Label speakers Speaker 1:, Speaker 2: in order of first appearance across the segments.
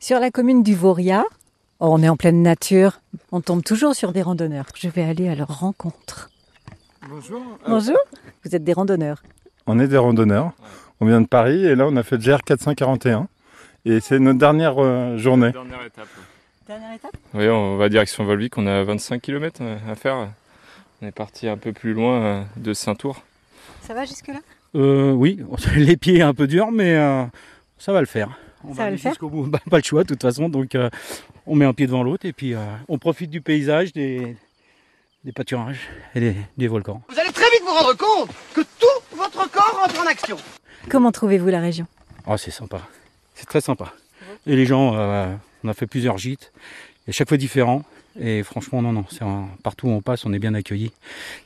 Speaker 1: Sur la commune du Vauria, oh, on est en pleine nature, on tombe toujours sur des randonneurs. Je vais aller à leur rencontre.
Speaker 2: Bonjour.
Speaker 3: Euh,
Speaker 1: Bonjour, vous êtes des randonneurs.
Speaker 2: On est des randonneurs. On vient de Paris et là on a fait GR 441 et c'est notre dernière euh, journée.
Speaker 3: Dernière étape.
Speaker 1: Dernière étape
Speaker 3: Oui, on va direction Volvic, on a 25 km à faire. On est parti un peu plus loin euh, de Saint-Tour.
Speaker 1: Ça va jusque-là
Speaker 4: Euh, oui, les pieds un peu durs, mais euh, ça va le faire. On
Speaker 1: Ça va
Speaker 4: aller
Speaker 1: le faire
Speaker 4: jusqu'au bout. Bah, pas le choix, de toute façon. Donc, euh, on met un pied devant l'autre et puis euh, on profite du paysage, des, des pâturages et des, des volcans.
Speaker 5: Vous allez très vite vous rendre compte que tout votre corps entre en action.
Speaker 1: Comment trouvez-vous la région
Speaker 4: Oh, c'est sympa. C'est très sympa. Et les gens, euh, on a fait plusieurs gîtes, et chaque fois différents. Et franchement, non, non, c'est un- partout où on passe, on est bien accueillis.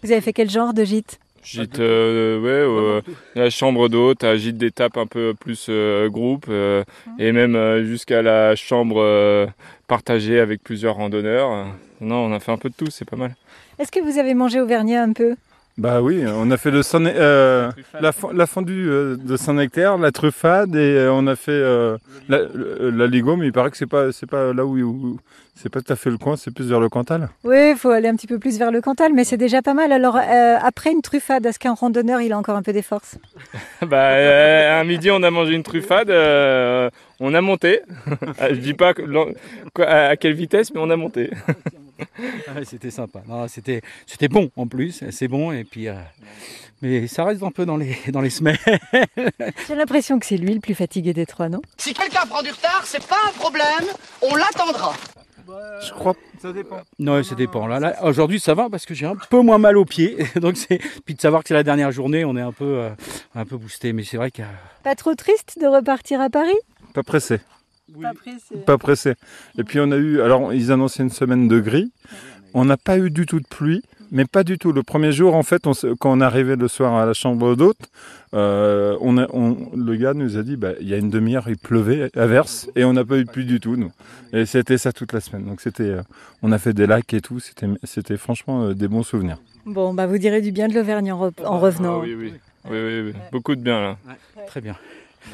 Speaker 1: Vous avez fait quel genre de gîte
Speaker 3: Gîte, euh, ouais, euh, la chambre d'hôte, à gîte d'étape un peu plus euh, groupe, euh, et même euh, jusqu'à la chambre euh, partagée avec plusieurs randonneurs. Non, on a fait un peu de tout, c'est pas mal.
Speaker 1: Est-ce que vous avez mangé auvergnat un peu
Speaker 2: Bah oui, on a fait le Saint- euh, la, fo- la fondue euh, de Saint-Nectaire, la truffade et euh, on a fait euh, la, euh, la Ligo, mais il paraît que c'est pas c'est pas là où, où- c'est pas tout à fait le coin, c'est plus vers le Cantal.
Speaker 1: Oui, il faut aller un petit peu plus vers le Cantal, mais c'est déjà pas mal. Alors, euh, après une truffade, est-ce qu'un randonneur, il a encore un peu des forces
Speaker 3: Bah, euh, un midi, on a mangé une truffade, euh, on a monté. Ah, Je dis pas que- l'en- quoi- à quelle vitesse, mais on a monté.
Speaker 4: Ah, c'était sympa. Non, c'était, c'était bon en plus. C'est bon. Et puis, euh, mais ça reste un peu dans les, dans les semaines.
Speaker 1: J'ai l'impression que c'est lui le plus fatigué des trois, non
Speaker 5: Si quelqu'un prend du retard, c'est pas un problème, on l'attendra.
Speaker 2: Je crois. Ça dépend.
Speaker 4: Non, ça dépend. Là, là, aujourd'hui, ça va parce que j'ai un peu moins mal aux pieds. Donc, c'est puis de savoir que c'est la dernière journée, on est un peu, euh, un peu boosté. Mais c'est vrai que euh,
Speaker 1: Pas trop triste de repartir à Paris
Speaker 2: Pas pressé.
Speaker 1: Pas pressé.
Speaker 2: pas pressé. Et puis on a eu, alors ils annonçaient une semaine de gris. On n'a pas eu du tout de pluie, mais pas du tout. Le premier jour, en fait, on se- quand on arrivait le soir à la chambre d'hôte, euh, on a- on- le gars nous a dit, bah, il y a une demi-heure, il pleuvait, averse, et on n'a pas eu de pluie du tout, nous. Et c'était ça toute la semaine. Donc c'était, euh, on a fait des lacs et tout. C'était, c'était franchement euh, des bons souvenirs.
Speaker 1: Bon, bah vous direz du bien de l'Auvergne en, re- en revenant.
Speaker 3: Ah oui, oui. Oui, oui, oui. Beaucoup de bien là.
Speaker 4: très bien.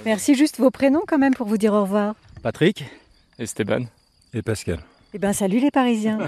Speaker 1: Merci juste vos prénoms quand même pour vous dire au revoir.
Speaker 4: Patrick,
Speaker 3: Esteban.
Speaker 2: Et Pascal.
Speaker 1: Eh ben salut les Parisiens.